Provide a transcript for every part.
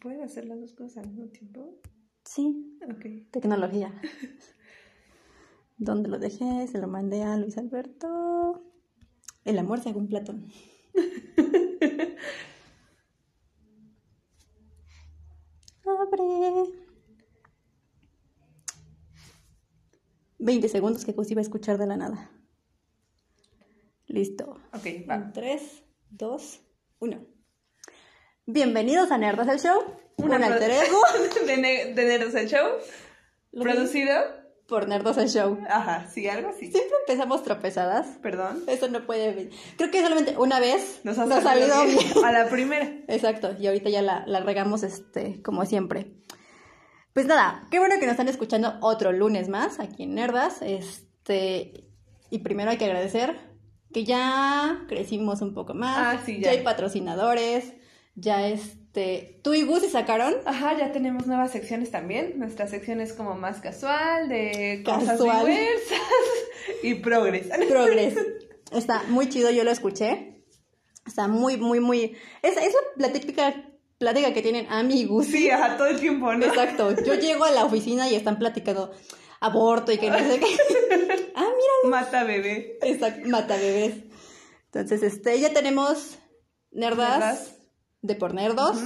¿Puedes hacer las dos cosas al mismo tiempo? Sí, Ok. tecnología. ¿Dónde lo dejé? Se lo mandé a Luis Alberto. El amor según Platón. Abre. 20 segundos que Cus iba a escuchar de la nada. Listo. Ok, va. En 3, 2, 1. Bienvenidos a Nerdas el Show. Un Una alter pro- ego. de, ne- de Nerdos al Show. Lo Producido. mismo Por Nerdos el Show. Ajá, sí, algo así. Siempre empezamos tropezadas. Perdón. Eso no puede venir. Creo que solamente una vez Nos ha salido bien. A la primera. Exacto, y ahorita ya la, la regamos este, como siempre. Pues nada, qué bueno que nos están escuchando otro lunes más aquí en Nerdas. Este, y primero hay que agradecer que ya crecimos un poco más. Ah, sí, ya. hay patrocinadores. Ya este. Tú y Gus se sacaron. Ajá, ya tenemos nuevas secciones también. Nuestra sección es como más casual, de cosas Casual. diversas y progres. Progress. Está muy chido, yo lo escuché. Está muy, muy, muy. Es, es la típica plática que tienen Ami y Gus. Sí, ajá, todo el tiempo, ¿no? Exacto. Yo llego a la oficina y están platicando aborto y que no sé qué. Ah, Mata bebé. mira, exacto, mata bebés. Entonces, este, ya tenemos Nerdas, Nerdas. de por Nerdos,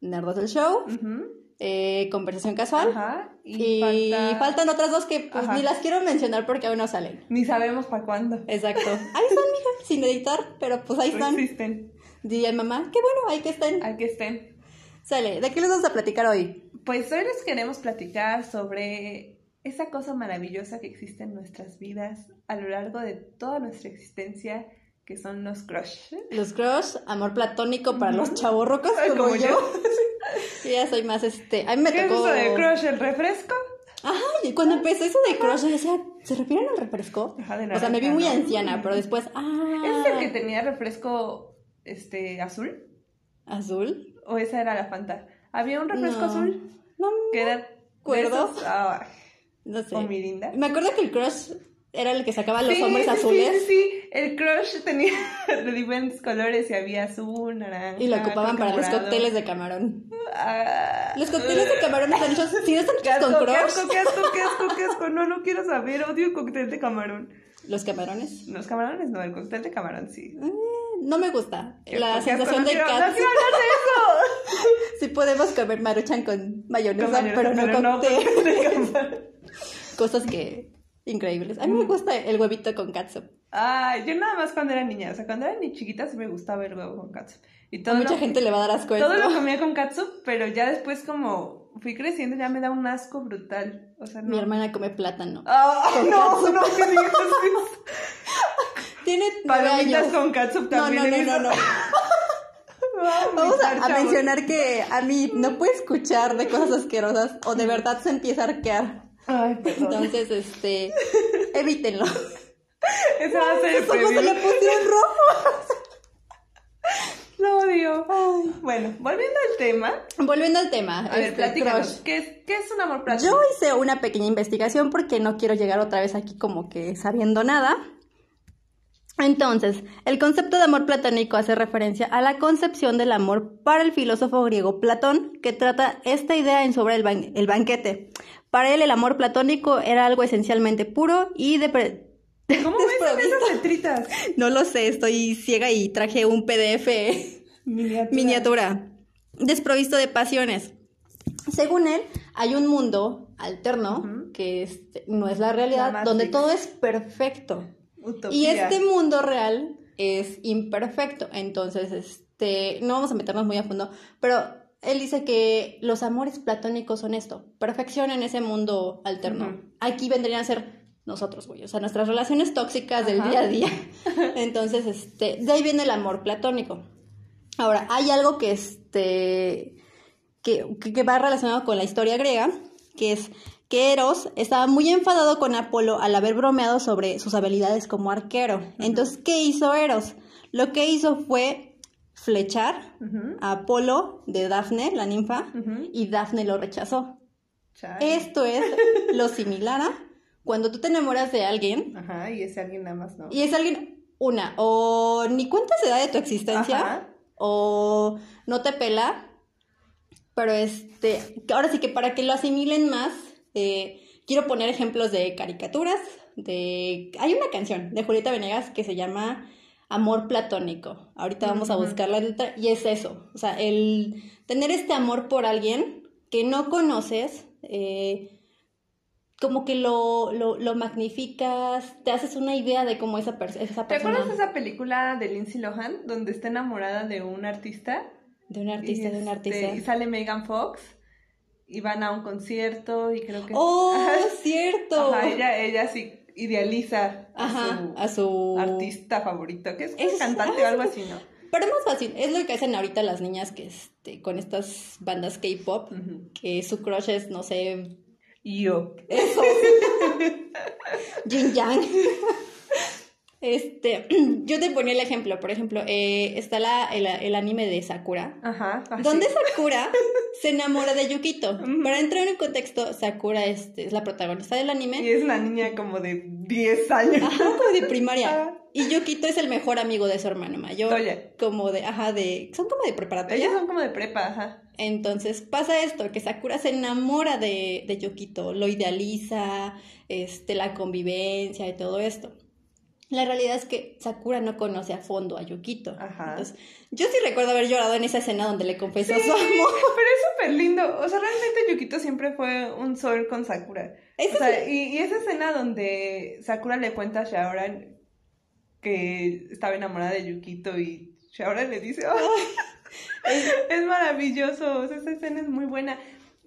Nerdos del Show, Ujú, eh, Conversación Casual. Ajá. Y, Y, falta- faltan otras dos que pues, Ajá. ni las quiero mencionar porque aún no salen. Ni sabemos para cuándo. Exacto. Ahí están, mija, sin editar, pero pues ahí No están. existen. Diría mamá, qué bueno, ahí que estén. Aquí estén. Sale, ¿de qué les vamos a platicar hoy? Pues hoy les queremos platicar sobre esa cosa maravillosa que existe en nuestras vidas a lo largo de toda nuestra existencia, que son los crush. Los crush, amor platónico para los chavorrocos como, Como yo. yo. Yo ya soy más este. A mí me ¿Qué es tocó. eso de crush? ¿El refresco? Ajá, y cuando empezó eso de crush, yo decía, ¿se refieren al refresco? Ajá, de o sea, me vi naranja, muy Ah, ¿no? anciana, pero después, ah. ¿Es el que tenía refresco este azul? ¿Azul? ¿O esa era la Fanta? Había un refresco No. azul No, que era de acuerdo. esos, ah, no sé. o Mirinda. Me acuerdo que el crush era el que sacaba los Sí, hombres sí, sí, azules Sí, sí, el crush tenía de diferentes colores y había azul, naranja. y lo ocupaban creo para que los morado. cócteles de camarón. Ah. Los cócteles de camarón están hechos, si no están ¿Qué hechos asco, con qué asco, crush. qué asco, qué asco, qué asco? No, no quiero saber. Odio el cóctel de camarón. Los camarones. Los camarones no, el cóctel de camarón sí. No me gusta. Qué La asco, qué asco, sensación no de quiero- que ¡No quiero hablar de sí podemos comer maruchan con eso! mayonesa, Camarón, pero no con té. cóctel de camarón. Cosas que increíbles. A mí me Mm. gusta el huevito con catsup. Ay, yo nada más cuando era niña. O sea, cuando era ni chiquita sí me gustaba el huevo con catsup. Y A todo mucha lo- gente le va a dar asco Todo esto. lo comía con catsup, pero ya después como fui creciendo ya me da un asco brutal. O sea, no. Mi hermana come plátano. Ah, Con no, catsup. no, ¿qué digas? Tiene nueve Palomitas años. con catsup No, también. no, no, en no, eso. no. Vamos Vamos a a, a gritar, chavos. mencionar que a mí no puede escuchar de cosas asquerosas o de verdad se empieza a arquear. Ay, Mm. perdón. Entonces, este, evítenlo. Ese va a ser el Sus ojos se le preview. pusieron rojo. Lo odio. Bueno, volviendo al tema. Volviendo al tema. A ver, este, platícanos. crush. ¿Qué es, ¿Qué es un amor Yo platónico? hice una pequeña investigación porque no quiero llegar otra vez aquí como que sabiendo nada. Entonces, el concepto de amor platónico hace referencia a la concepción del amor para el filósofo griego Platón, que trata esta idea en su obra El, Ban- El banquete. Para él, el amor platónico era algo esencialmente puro y de... pre- ¿Cómo ves desprovisto. esas letritas? No lo sé, estoy ciega y traje un PDF Miniatura. miniatura, desprovisto de pasiones. Según él, hay un mundo alterno Ujú. que este, no es la La realidad, Matrix. donde todo es perfecto. Utopía. Y este mundo real es imperfecto. Entonces, este, no vamos a meternos muy a fondo, pero él dice que los amores platónicos son esto, perfección en ese mundo alterno. Ujú. Aquí vendrían a ser nosotros, güey, o sea, nuestras relaciones tóxicas del Ajá. día a día. Entonces, este, de ahí viene el amor platónico. Ahora, hay algo que este que, que va relacionado con la historia griega, que es que Eros estaba muy enfadado con Apolo al haber bromeado sobre sus habilidades como arquero. Entonces, ¿qué hizo Eros? Lo que hizo fue flechar Ujú, a Apolo de Dafne, la ninfa, ujú. y Dafne lo rechazó. Chale. Esto es lo similar a cuando tú te enamoras de alguien Ajá, y ese alguien nada más no. y es alguien, una, o ni cuenta se da de tu existencia, Ajá. o no te pela, Pero este, ahora sí que para que lo asimilen más, eh, quiero poner ejemplos de caricaturas, de... Hay una canción de Julieta Venegas que se llama Amor Platónico. Ahorita vamos a buscar la letra y es eso, o sea, el tener este amor por alguien que no conoces, eh, como que lo, lo, lo magnificas, te haces una idea de cómo esa, per- esa ¿Te persona... acuerdas de esa película de Lindsay Lohan donde está enamorada de un artista? De un artista, Y, de un este, artista. Y sale Megan Fox y van a un concierto y creo que... ¡Oh, Ajá, cierto! ajá, ella, ella sí idealiza a Ajá, su a su... artista favorito, que es un Es- cantante o algo así, ¿no? Pero es más fácil, es lo que hacen ahorita las niñas que este, con estas bandas K-pop, Ujú. que su crush es, no sé, Y yo. eso. Jin Yang. Este, yo te ponía el ejemplo, por ejemplo, eh, está la, el, el anime de Sakura. Ajá. así. Donde Sakura se enamora de Yukito. Ujú. Para entrar en contexto, Sakura este, es la protagonista del anime. Y es una niña como de 10 años. Ajá, como de primaria. Y Yukito es el mejor amigo de su hermano mayor. Ah. Oye. Como de, ajá, de. Son como de preparatoria. Ellos son como de prepa, ajá. Entonces pasa esto, que Sakura se enamora de, de Yukito, lo idealiza, este, la convivencia y todo esto. La realidad es que Sakura no conoce a fondo a Yukito. Ajá. Entonces, yo sí recuerdo haber llorado en esa escena donde le confesó su amor. Pero es súper lindo. O sea, realmente Yukito siempre fue un sol con Sakura. Esa O sea, y, y esa escena donde Sakura le cuenta a Shaoran que estaba enamorada de Yukito y Shaoran le dice, "Ay". es, maravilloso. O sea, esa escena es muy buena.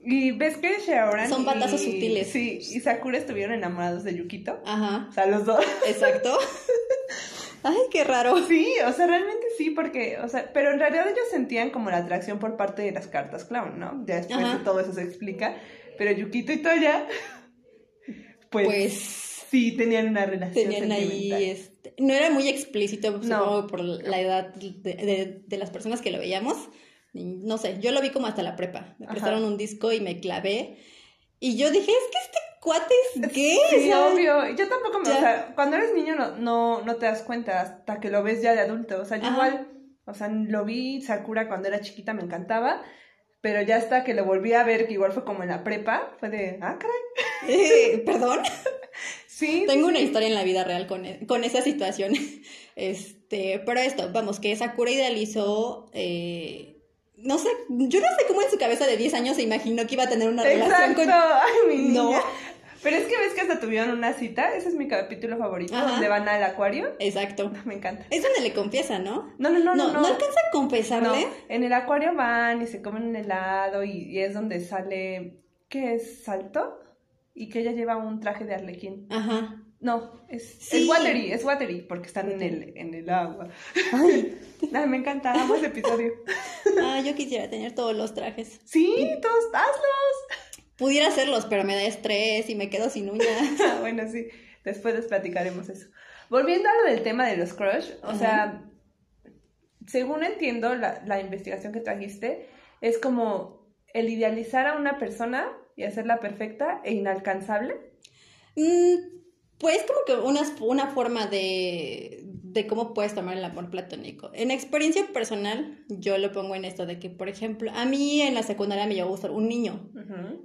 Y ves que Shaoran. Son batazos y- sutiles. Sí, y Sakura estuvieron enamorados de Yukito. Ajá, O sea, los dos. exacto. Ay, qué raro. Sí, o sea, realmente sí, porque, o sea, pero en realidad ellos sentían como la atracción por parte de las cartas clown, ¿no? Ya después Ajá. de todo eso se explica, pero Yukito y Toya, pues, Pues sí tenían una relación tenían ahí, sentimental. este, no era muy explícito, supongo, por no. la edad de, de- de las personas que lo veíamos. No sé, yo lo vi como hasta la prepa. Me Ajá. prestaron un disco y me clavé. Y yo dije, es que este cuate es gay. o Sí, sea, obvio. Yo tampoco me, Ya. o sea, cuando eres niño no, no, no te das cuenta hasta que lo ves ya de adulto. O sea, yo Ajá. igual, o sea, lo vi Sakura cuando era chiquita, me encantaba. Pero ya hasta que lo volví a ver, que igual fue como en la prepa, fue de, ah, caray. eh, perdón. Sí, Tengo una historia en la vida real con, e- con esa situación. Este, pero esto, vamos, que Sakura idealizó. eh, no sé, yo no sé cómo en su cabeza de 10 años se imaginó que iba a tener una relación Exacto, con ay, mi No. niña. Pero es que ves que hasta tuvieron una cita, ese es mi capítulo favorito, Ajá. donde van al acuario. Ah, Exacto. Me encanta. Es donde le confiesa, ¿no? No, no, no, No, no. no, no. alcanza a No, confesarle. En el acuario van y se comen un helado y, y es donde sale, ¿qué es? ¿Salto? Y que ella lleva un traje de arlequín. Ajá. No, es, Sí. es Watery, es Watery, porque están en el, en el agua. Ay, me encanta, amo ese episodio. Ah, yo quisiera tener todos los trajes. Sí, todos, ah, hazlos. Pudiera hacerlos, pero me da estrés y me quedo sin uñas. Ah, bueno, sí, después les platicaremos eso. Volviendo a lo del tema de los crush, o Ajá. sea, según entiendo la, la investigación que trajiste, es como el idealizar a una persona y hacerla perfecta e inalcanzable. Mm, pues como que una, una forma de, de cómo puedes tomar el amor platónico. En experiencia personal, yo lo pongo en esto de que, por ejemplo, a mí en la secundaria me llegó a gustar un niño.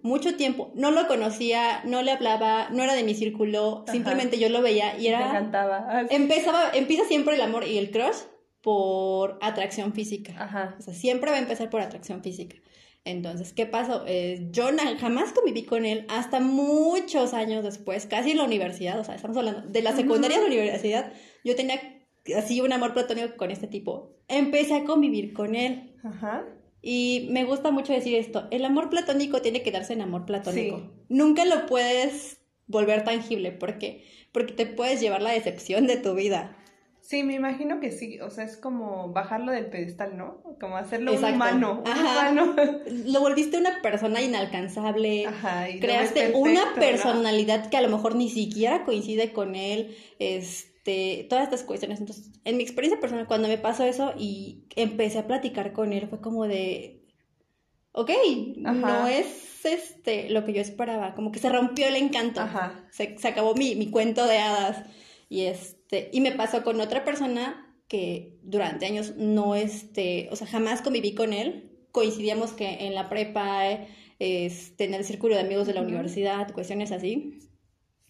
Mucho tiempo. No lo conocía, no le hablaba, no era de mi círculo. Ajá. Simplemente yo lo veía y Me era... encantaba. Ah, sí. Empezaba, empieza siempre el amor y el crush por atracción física. Ajá. O sea, siempre va a empezar por atracción física. Entonces, ¿qué pasó? Eh, yo na- jamás conviví con él hasta muchos años después, casi en la universidad, o sea, estamos hablando de la secundaria a la universidad, yo tenía así un amor platónico con este tipo. Empecé a convivir con él Ajá. y me gusta mucho decir esto, el amor platónico tiene que darse en amor platónico. Sí. Nunca lo puedes volver tangible, ¿por qué? Porque te puedes llevar la decepción de tu vida. Sí, me imagino que sí. O sea, es como bajarlo del pedestal, ¿no? Como hacerlo un Exacto. humano. Un Ajá. humano. Lo volviste una persona inalcanzable, Ajá. y lo ves creaste perfecto, una ¿no? personalidad que a lo mejor ni siquiera coincide con él, este, todas estas cuestiones. Entonces, en mi experiencia personal, cuando me pasó eso y empecé a platicar con él, fue como de, ok, Ajá. no es este lo que yo esperaba, como que se rompió el encanto, Ajá. se, se acabó mi, mi cuento de hadas y este, y me pasó con otra persona que durante años no, este, o sea, jamás conviví con él coincidíamos que en la prepa, eh, este, en el círculo de amigos de la Ujú. universidad, cuestiones así.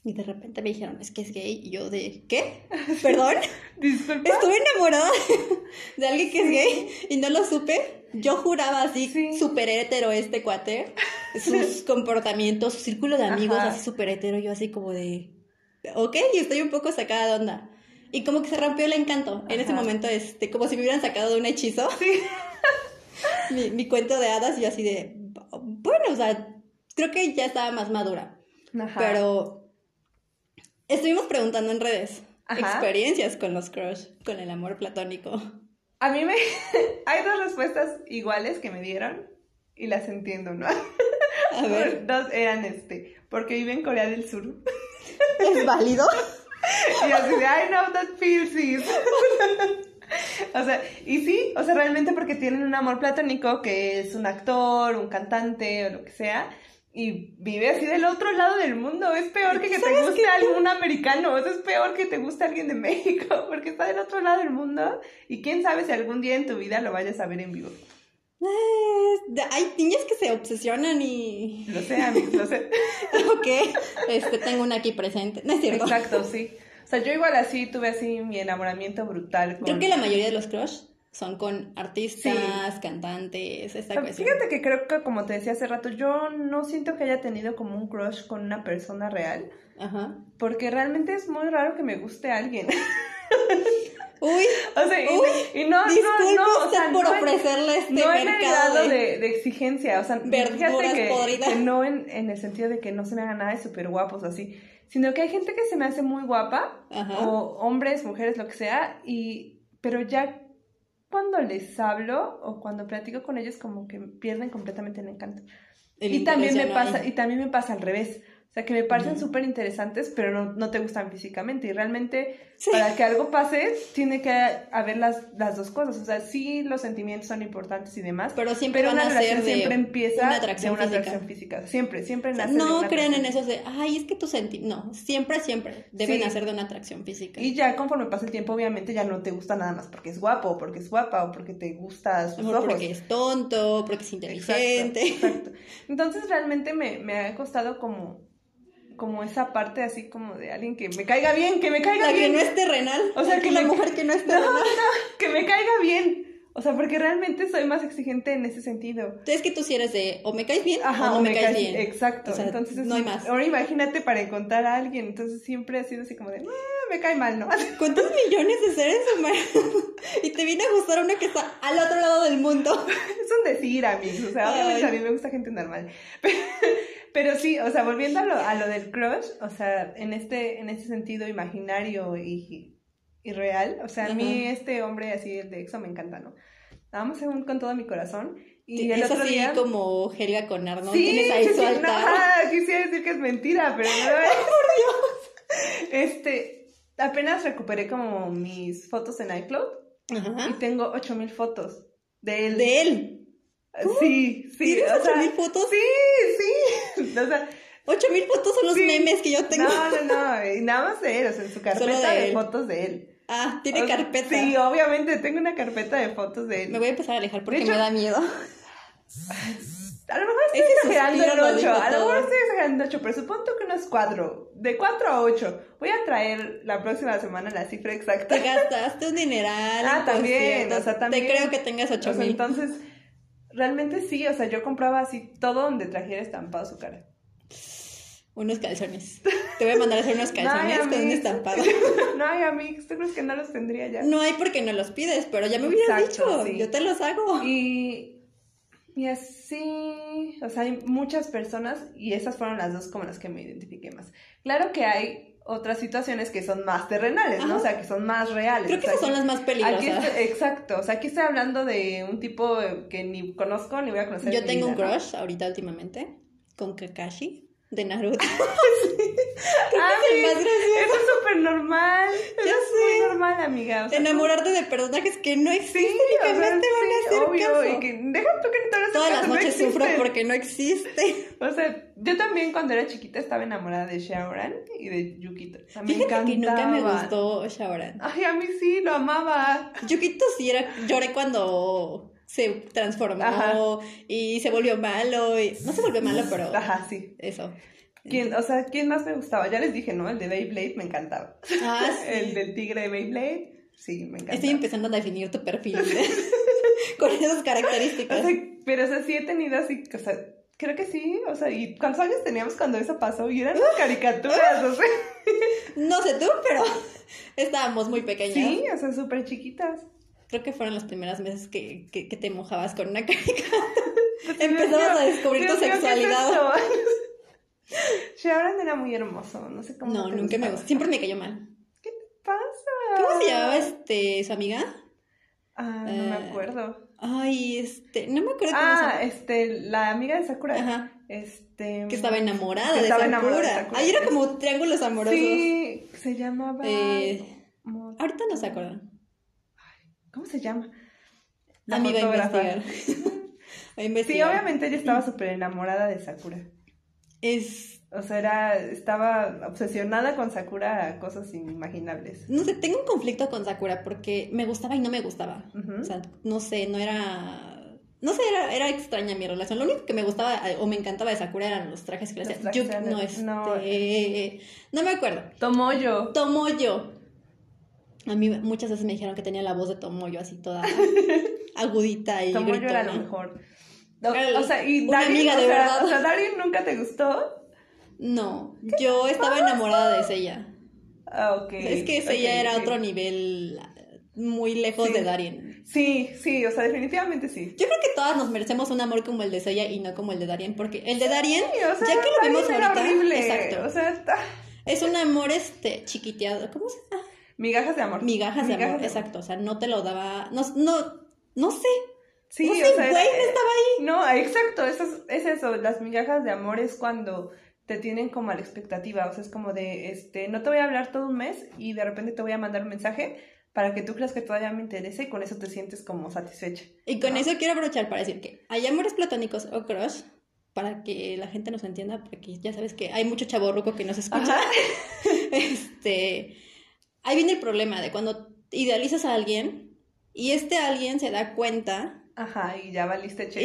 Y de repente me dijeron, es que es gay. Y yo de, ¿qué? ¿Perdón? Disculpa. Estuve enamorada de alguien que es gay y no lo supe. Yo juraba así, Sí. súper hétero este cuate. Sus comportamientos, su círculo de amigos Ajá. así súper hétero. Yo así como de, ok, y estoy un poco sacada de onda. Y como que se rompió el encanto. En ese Ajá. momento, este, como si me hubieran sacado de un hechizo. Sí. mi, mi cuento de hadas y yo así de, bueno, o sea, creo que ya estaba más madura. Ajá. Pero estuvimos preguntando en redes. Ajá. Experiencias con los crush, con el amor platónico. A mí me. Hay dos respuestas iguales que me dieron y las entiendo, ¿no? A ver, Dos eran este. Porque vive en Corea del Sur. ¿es válido? Y así de, I know that feels it". O sea, y sí, o sea, realmente porque tienen un amor platónico que es un actor, un cantante o lo que sea, y vive así del otro lado del mundo. Es peor que que te ¿Sabes guste algún americano, eso es peor que te guste alguien de México, porque está del otro lado del mundo y quién sabe si algún día en tu vida lo vayas a ver en vivo. Eh, Hay niñas que se obsesionan y... Lo sé, amigos, lo sé. Ok, este, tengo una aquí presente. No es cierto. Exacto, sí. O sea, yo igual así tuve así mi enamoramiento brutal con... Creo que la mayoría de los crush son con artistas, cantantes, esta Pero cuestión. Ah, Fíjate que creo que, como te decía hace rato, yo no siento que haya tenido como un crush con una persona real, Ajá. porque realmente es muy raro que me guste alguien. Uy, o sea, y, Uy, y no, no, disculpe no, o usted sea, por no en- ofrecerle este no en el mercado grado de- de, de exigencia, o sea, verduras fíjate que, podridas. que no en, en el sentido de que no se me haga nada de súper guapos así, sino que hay gente que se me hace muy guapa, Ajá. o hombres, mujeres, lo que sea, y pero ya cuando les hablo o cuando platico con ellos como que pierden completamente el encanto. El y interés también ya me no pasa hay. y también me pasa al revés o sea que me parecen Ujú. súper interesantes pero no, no te gustan físicamente y realmente Sí. para que algo pase tiene que haber las, las dos cosas o sea sí los sentimientos son importantes y demás pero, Pero siempre van una a ser relación de siempre empieza una atracción de una física. atracción física siempre siempre O sea, nace de no una crean en atracción. eso de, ay, es que tu sentimiento. No, siempre, siempre deben Sí. hacer de una atracción física. y ya conforme pasa el tiempo obviamente ya no te gusta nada más porque es guapo o porque es guapa o porque te gusta sus Mejor ojos porque es tonto, porque es Exacto, inteligente. exacto. Entonces realmente me, me ha costado como, como esa parte así como de alguien que me caiga bien, que me caiga La que bien. no es terrenal. O sea, que la me- mujer que no es No, terrenal. no, que me caiga bien. O sea, porque realmente soy más exigente en ese sentido. Entonces, que tú si eres de o me caes bien Ajá, o no o me, caes, caes- bien. Exacto. O sea, Entonces, es- no hay más. Ahora imagínate para encontrar a alguien. Entonces siempre ha sido así como de, "Ah, me cae mal, ¿no? ¿Cuántos millones de seres humanos? y te viene a gustar una que está al otro lado del mundo. es un decir, amigos. O sea, obviamente Ay. a mí me gusta gente normal. Pero, pero sí, o sea, volviendo a lo, a lo del crush, o sea, en este, en este sentido imaginario y, y real, o sea, a mí este hombre así, el de EXO, me encanta, ¿no? Vamos según con todo mi corazón. Y el es otro así día... como Helga con Arnold. Sí, Tienes ahí sí, su sí, no, altar. ajá, quisiera decir que es mentira, pero no es. Este, apenas recuperé como mis fotos en iCloud y Ajá. tengo 8000 fotos de él. De él. Sí, sí, ¿Tienes o sea, 8000 fotos? Sí, sí. O sea, 8000 fotos son los Sí. memes que yo tengo. no, no, no. y Nada más de él, o sea, en su carpeta de de, él. fotos de él. Ah, tiene O sea, carpeta. Sí, obviamente, tengo una carpeta de fotos de él. Me voy a empezar a alejar porque De hecho- me da miedo. A lo mejor estoy Ese exagerando suspiro lo el 8, dijo a lo mejor todo. estoy exagerando el 8, pero supongo que unos 4, de 4 a 8. Voy a traer la próxima semana la cifra exacta. Te gastaste un dineral. Ah, en también, conciertos. o sea, también. Te creo que tengas O sea, 8000. entonces, realmente sí, o sea, yo compraba así todo donde trajera estampado su cara. Unos calzones. Te voy a mandar a hacer unos calzones a mí- con un estampado. No, ay, amigos, ¿tú crees que no los tendría ya? No hay porque no los pides, pero ya me hubieras Exacto, dicho. sí. Yo te los hago. Y, y así, o sea, hay muchas personas y esas fueron las dos como las que me identifiqué más. Claro que hay otras situaciones que son más terrenales, ¿no? Ajá. O sea, que son más reales. Creo O que sea, esas son las más peligrosas. aquí estoy- exacto, o sea, aquí estoy hablando de un tipo que ni conozco ni voy a conocer. en Yo mi tengo un vida, ¿no? crush ahorita últimamente con Kakashi de Naruto. Ami, más gracioso. Ah, Eso es súper normal. Eso es sé. muy normal, amiga. o sea, Enamorarte de personajes que no Sí, existen y o que sea, jamás te van sí, a hacer obvio, caso. Y que, deja tú que no te van a hacer Todas caso, las no noches sufro existen. porque no existe. O sea, yo también cuando era chiquita estaba enamorada de Shaoran y de Yukito. O sea, me Fíjate que nunca me encantaban. gustó Shaoran. Ay, a mí sí, lo amaba. Yukito sí era, lloré cuando se transformó Ajá. y se volvió malo. y- No se volvió malo, pero Ajá, sí. eso. ¿Quién, o sea, ¿quién más me gustaba? Ya les dije, ¿no? El de Beyblade me encantaba. Ah, sí. El del tigre de Beyblade, sí, me encantaba. Estoy empezando a definir tu perfil ¿eh? con esas O características. sea, pero o sea, sí he tenido así, o sea, creo que sí, o sea, ¿y cuántos años teníamos cuando eso pasó? Y eran las caricaturas, o sea, No sé tú, pero estábamos muy pequeñas. sí, o sea, súper chiquitas. Creo que fueron las primeras veces que, que- que te mojabas con una caricatura. Entonces, Empezabas Dios a mío, descubrir tu Dios mío, ¿qué es sexualidad. esto? Sharon era muy hermoso, no sé cómo. te No, nunca me gustaba. gustó. Siempre me cayó mal. ¿Qué te pasa? ¿Cómo se llamaba este su amiga? Ah, no me Eh, acuerdo. Ay, este, no me acuerdo cómo Ah, se este, la amiga de Sakura. Ajá. Este. Que estaba enamorada que de estaba Sakura. enamorada de Sakura. Ay, era como triángulos amorosos. Sí, se llamaba. Eh, Mo- Ahorita no se acuerdan. ¿Cómo se llama? La A mí va a fotógrafa. investigar. Va a Sí, investigar. obviamente ella estaba súper enamorada de Sakura. Es, O sea, era, estaba obsesionada con Sakura a cosas inimaginables. no sé, tengo un conflicto con Sakura porque me gustaba y no me gustaba. Ujú. O sea, no sé, no era... No sé, era, era extraña mi relación. Lo único que me gustaba eh, o me encantaba de Sakura eran los trajes que le Los hacía. trajes Yo- eran- no, este, no. no me acuerdo. Tomoyo. Tomoyo. A mí muchas veces me dijeron que tenía la voz de Tomoyo así toda agudita y Tomoyo era lo gritona. mejor. O, Era o sea, y una Darin, amiga o de sea, verdad. o sea, Darin nunca te gustó. No, yo estaba enamorada de ella. Ah, ok. Es que ella ok, era ok. otro nivel eh, muy lejos Sí. de Darien. Sí, sí, o sea, definitivamente sí. Yo creo que todas nos merecemos un amor como el de Seiya y no como el de Darien, porque el de Darien, Sí, o sea, ya que lo Darin vemos era ahorita, horrible. exacto, O sea, está- es un amor este chiquiteado, ¿cómo se llama? migajas de amor. Migajas de amor, exacto, o sea, no te lo daba, no, no, no sé, Sí, no sé, o sea, güey, eh, no estaba ahí. No, exacto, eso es, es eso, las migajas de amor es cuando te tienen como a la expectativa, o sea, es como de, este, no te voy a hablar todo un mes y de repente te voy a mandar un mensaje para que tú creas que todavía me interesa y con eso te sientes como satisfecha. Y con No. eso quiero aprovechar para decir que hay amores platónicos o crush, para que la gente nos entienda, porque ya sabes que hay mucho chavo que nos escucha. este, ahí viene el problema de cuando idealizas a alguien y este alguien se da cuenta, Ajá, y ya valiste cheto.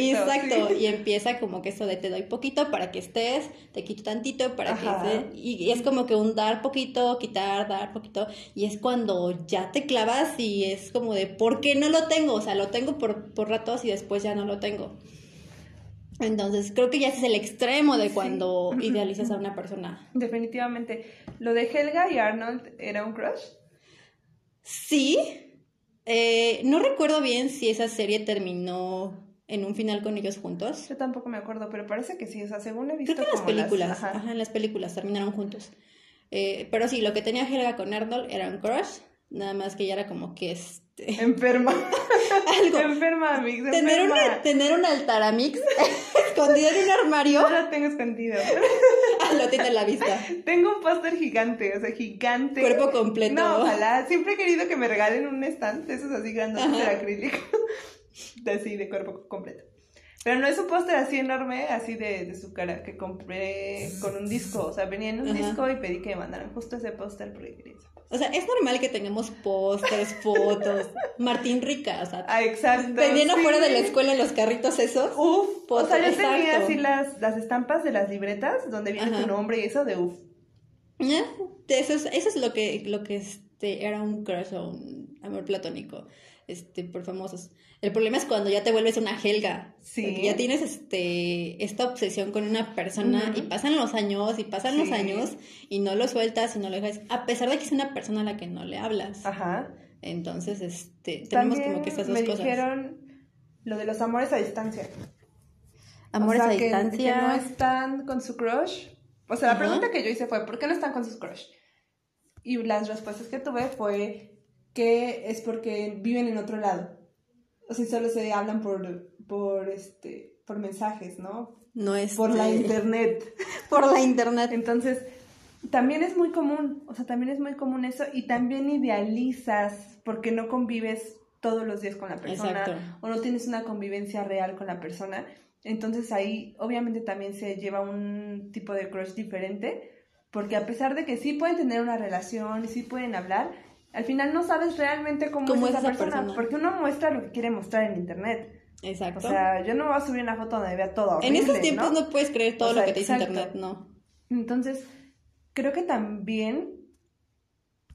exacto, sí. y empieza como que eso de te doy poquito para que estés, te quito tantito para Ajá. que estés, y, y es como que un dar poquito, quitar, dar poquito, y es cuando ya te clavas y es como de, ¿por qué no lo tengo? O sea, lo tengo por, por ratos y después ya no lo tengo. Entonces, creo que ya ese es el extremo de cuando idealizas a una persona. Definitivamente. Lo de Helga y Arnold era un crush. Sí. Eh, no recuerdo bien si esa serie terminó en un final con ellos juntos. Yo tampoco me acuerdo, pero parece que sí, o sea, según he visto Creo que en las como películas, ajá. ajá. en las películas terminaron juntos. Eh, pero sí, lo que tenía Helga con Arnold era un crush, nada más que ya era como que este, Enferma. algo. enferma, amigos, Tener, enferma. una, tener un altaramix escondido en un armario, No la tengo escondida. lo tiene a la vista. Tengo un póster gigante, o sea, gigante. Cuerpo completo. No, ojalá. Siempre he querido que me regalen un stand, de esos así grandotes de acrílico. De así, de cuerpo completo. Pero no es un póster así enorme, así de, de su cara, que compré con un disco. O sea, venía en un Ajá. disco y pedí que me mandaran justo ese póster porque quería eso. O sea, es normal que tengamos pósters, fotos. Martín Rica, o sea, Ah, exacto. vendiendo sí. afuera de la escuela en los carritos esos. Uf, o sea, yo Póster, tenía exacto. así las, las estampas de las libretas donde viene Ajá. tu nombre y eso de uf. Ya, te- Eso es, eso es lo que, lo que este, era un crush o un amor platónico este, por famosos. El problema es cuando ya te vuelves una Helga. Sí. porque Ya tienes este, esta obsesión con una persona Ujú. y pasan los años y pasan los Sí. años y no lo sueltas y no lo dejas. A pesar de que es una persona a la que no le hablas. Ajá. Entonces, este, Ah. tenemos También como que estas me dos cosas. dijeron lo de los amores a distancia. Amores O sea, a que- distancia. Que no están con su crush. O sea, la Ajá. pregunta que yo hice fue, ¿por qué no están con sus crush? Y las respuestas que tuve fue que es porque viven en otro lado. O sea, solo se hablan por, por, este, por mensajes, ¿no? No es Por la eh, internet. por la internet. Entonces, también es muy común, o sea, también es muy común eso y también idealizas porque no convives todos los días con la persona Exacto. o no tienes una convivencia real con la persona. Entonces ahí obviamente también se lleva un tipo de crush diferente porque a pesar de que sí pueden tener una relación y sí pueden hablar, al final no sabes realmente cómo, es esa persona, persona porque uno muestra lo que quiere mostrar en internet. Exacto. O sea, yo no me voy a subir una foto donde vea todo. en horrible, estos tiempos ¿no? no puedes creer todo O lo sea, que te dice exacto. internet, no. Entonces, creo que también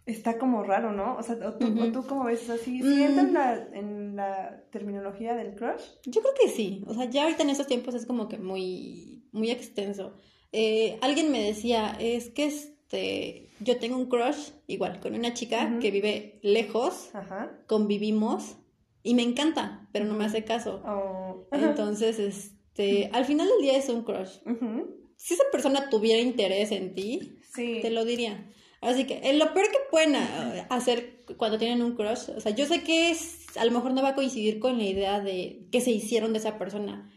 está como raro, ¿no? O sea, o tú, Ujú. o tú cómo ves así, Mm. si entra en la, en la terminología del crush, Yo creo que sí. O sea, ya ahorita en estos tiempos es como que muy, muy extenso. Eh, alguien me decía, es que este, yo tengo un crush, igual, con una chica Ujú. que vive lejos, ajá, convivimos y me encanta, pero no me hace caso. o... Entonces, este, al final del día es un crush. Ujú. Si esa persona tuviera interés en ti, Sí. te lo diría. Así que eh, lo peor que pueden ah, hacer cuando tienen un crush, o sea, yo sé que es, a lo mejor no va a coincidir con la idea de que se hicieron de esa persona,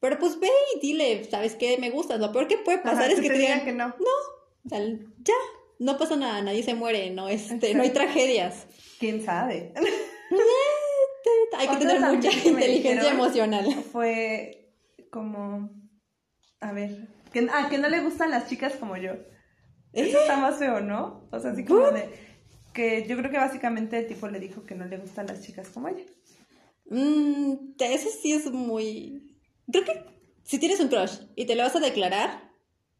pero pues ve y dile, ¿sabes qué? Me gustas. Lo peor que puede Ajá, pasar es que te digan, que no. o sea, ya, no pasa nada, nadie se muere, no, este, no hay tragedias. ¿Quién sabe? Hay que Otra tener también mucha que me inteligencia dijeron- emocional. Fue como... A ver... Que, ah, que no le gustan las chicas como yo. Eso está más feo, ¿no? O sea, así como ¿What? de... Que yo creo que básicamente el tipo le dijo que no le gustan las chicas como ella. Mm, te- eso sí es muy... Creo que si tienes un crush y te lo vas a declarar,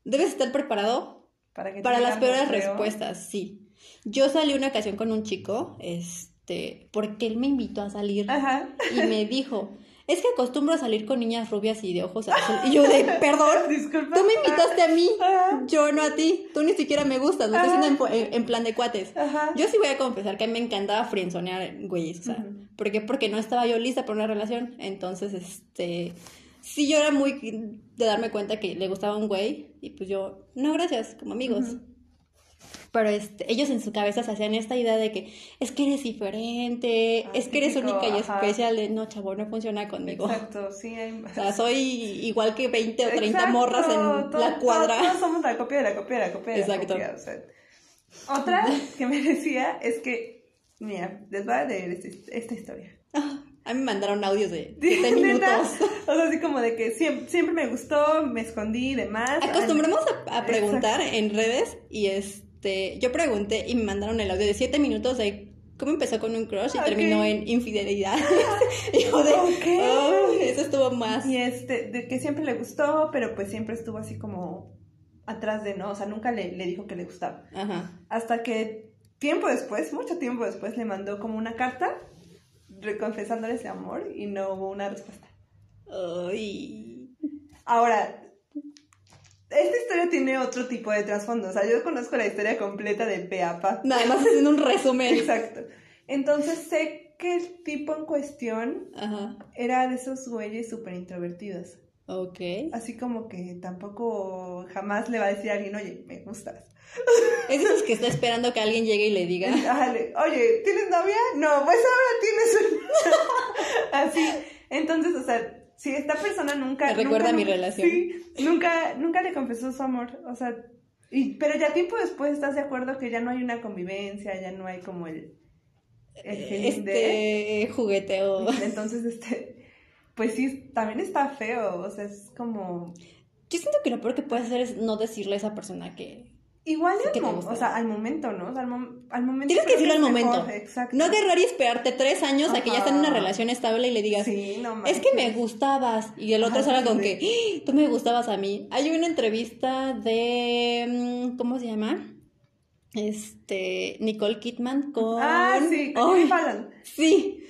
debes estar preparado Para, que te para digan las lo peores feo. respuestas, sí. Yo salí una ocasión con un chico, este, porque él me invitó a salir Ajá. y me dijo, es que acostumbro a salir con niñas rubias y de ojos azul. Y yo de, perdón, Disculpa. tú me invitaste a mí, Ajá. yo no a ti, tú ni siquiera me gustas, no estás Ajá. haciendo en, en plan de cuates. Ajá. Yo sí voy a confesar que a mí me encantaba frienzonear, güey, o sea, Ujú. ¿por qué? Porque no estaba yo lista para una relación, entonces, este, sí yo era muy de darme cuenta que le gustaba un güey, y pues yo, no, gracias, como amigos. Ujú. Pero este, ellos en su cabeza se hacían esta idea de que es que eres diferente, Ah, es que eres típico, única y ajá. especial, de no, chavo, no funciona conmigo. Exacto, sí. Hay... O sea, soy igual que 20 o 30 Exacto, morras en todos- la cuadra. Todos, todos somos la copia de la copia de la copia de Exacto. la copia. o sea. Otra que me decía es que, mira, les voy a leer este- esta historia. Ah, A mí me mandaron audios de 7 Neta, minutos. O sea, así como de que siempre, siempre me gustó, me escondí y demás. Acostumbramos a, a preguntar en redes y este, yo pregunté y me mandaron el audio de 7 minutos de cómo empezó con un crush y Ok. terminó en infidelidad. y yo de, Ok. "Ay, eso estuvo más. Y este, de que siempre le gustó, pero pues siempre estuvo así como atrás de no, o sea, nunca le, le dijo que le gustaba. Ajá. Hasta que tiempo después, mucho tiempo después, le mandó como una carta reconfesándole ese amor y no hubo una respuesta. Ay. Ahora, esta historia tiene otro tipo de trasfondo. O sea, yo conozco la historia completa de Peapa. Nada más haciendo un resumen. Exacto. Entonces sé que el tipo en cuestión Ajá. era de esos güeyes súper introvertidos. Ok. Así como que tampoco jamás le va a decir a alguien, oye, me gustas. Es de esos que está esperando que alguien llegue y le diga. Ajá, le- oye, ¿tienes novia? No, pues ahora tienes una. Así. Entonces, o sea, si esta persona nunca. Me nunca- recuerda a mi relación. Sí, nunca, nunca le confesó su amor. O sea, y, pero ya tiempo después estás de acuerdo que ya no hay una convivencia, ya no hay como el. el feeling de- Eh, Este jugueteo. Entonces, este. Pues sí, también está feo. O sea, es como. Yo siento que lo peor que puedes hacer es no decirle a esa persona que. Igual Sí, al, que te mo- gusta. o sea, al momento, ¿no? O sea, al, mom- al momento. Tienes que creo decirlo es al mejor, momento. Exacto. No agarrar y esperarte tres años a que ya están en una Ajá. relación estable y le digas. Sí, no Es que me gustabas. Y el otro Ajá, sale sí, con sí. que "Ah, tú me gustabas a mí. Hay una entrevista de. mm, ¿Cómo se llama? Este. Nicole Kidman con. Ah, sí, Ay, ¿qué falan? Sí.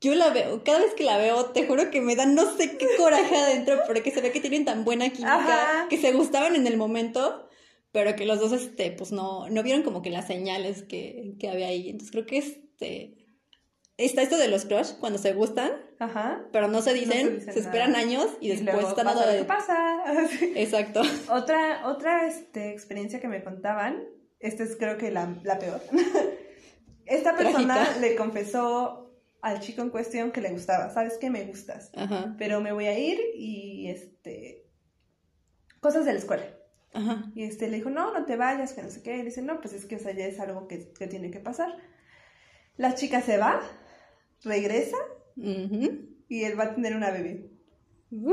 Yo la veo, cada vez que la veo, te juro que me da no sé qué coraje adentro, porque se ve que tienen tan buena química, Ajá. que se gustaban en el momento, pero que los dos, este, pues no, no vieron como que las señales que, que había ahí. Entonces creo que este. Está esto de los crush, cuando se gustan, Ajá. pero no se No se dicen, se, dicen esperan nada. años y después luego están pasa dando lo que de. pasa. Sí. Exacto. otra otra este, experiencia que me contaban, esta es creo que la, la peor. Esta persona Trágica. le confesó al chico en cuestión que le gustaba, ¿sabes qué? Me gustas, Ajá. pero me voy a ir y este... Cosas de la escuela. Ajá. Y este le dijo, no, no te vayas, que no sé qué. Y dice, no, pues es que o sea, ya es algo que, que tiene que pasar. La chica se va, regresa Ujú. y él va a tener una bebé. Uh,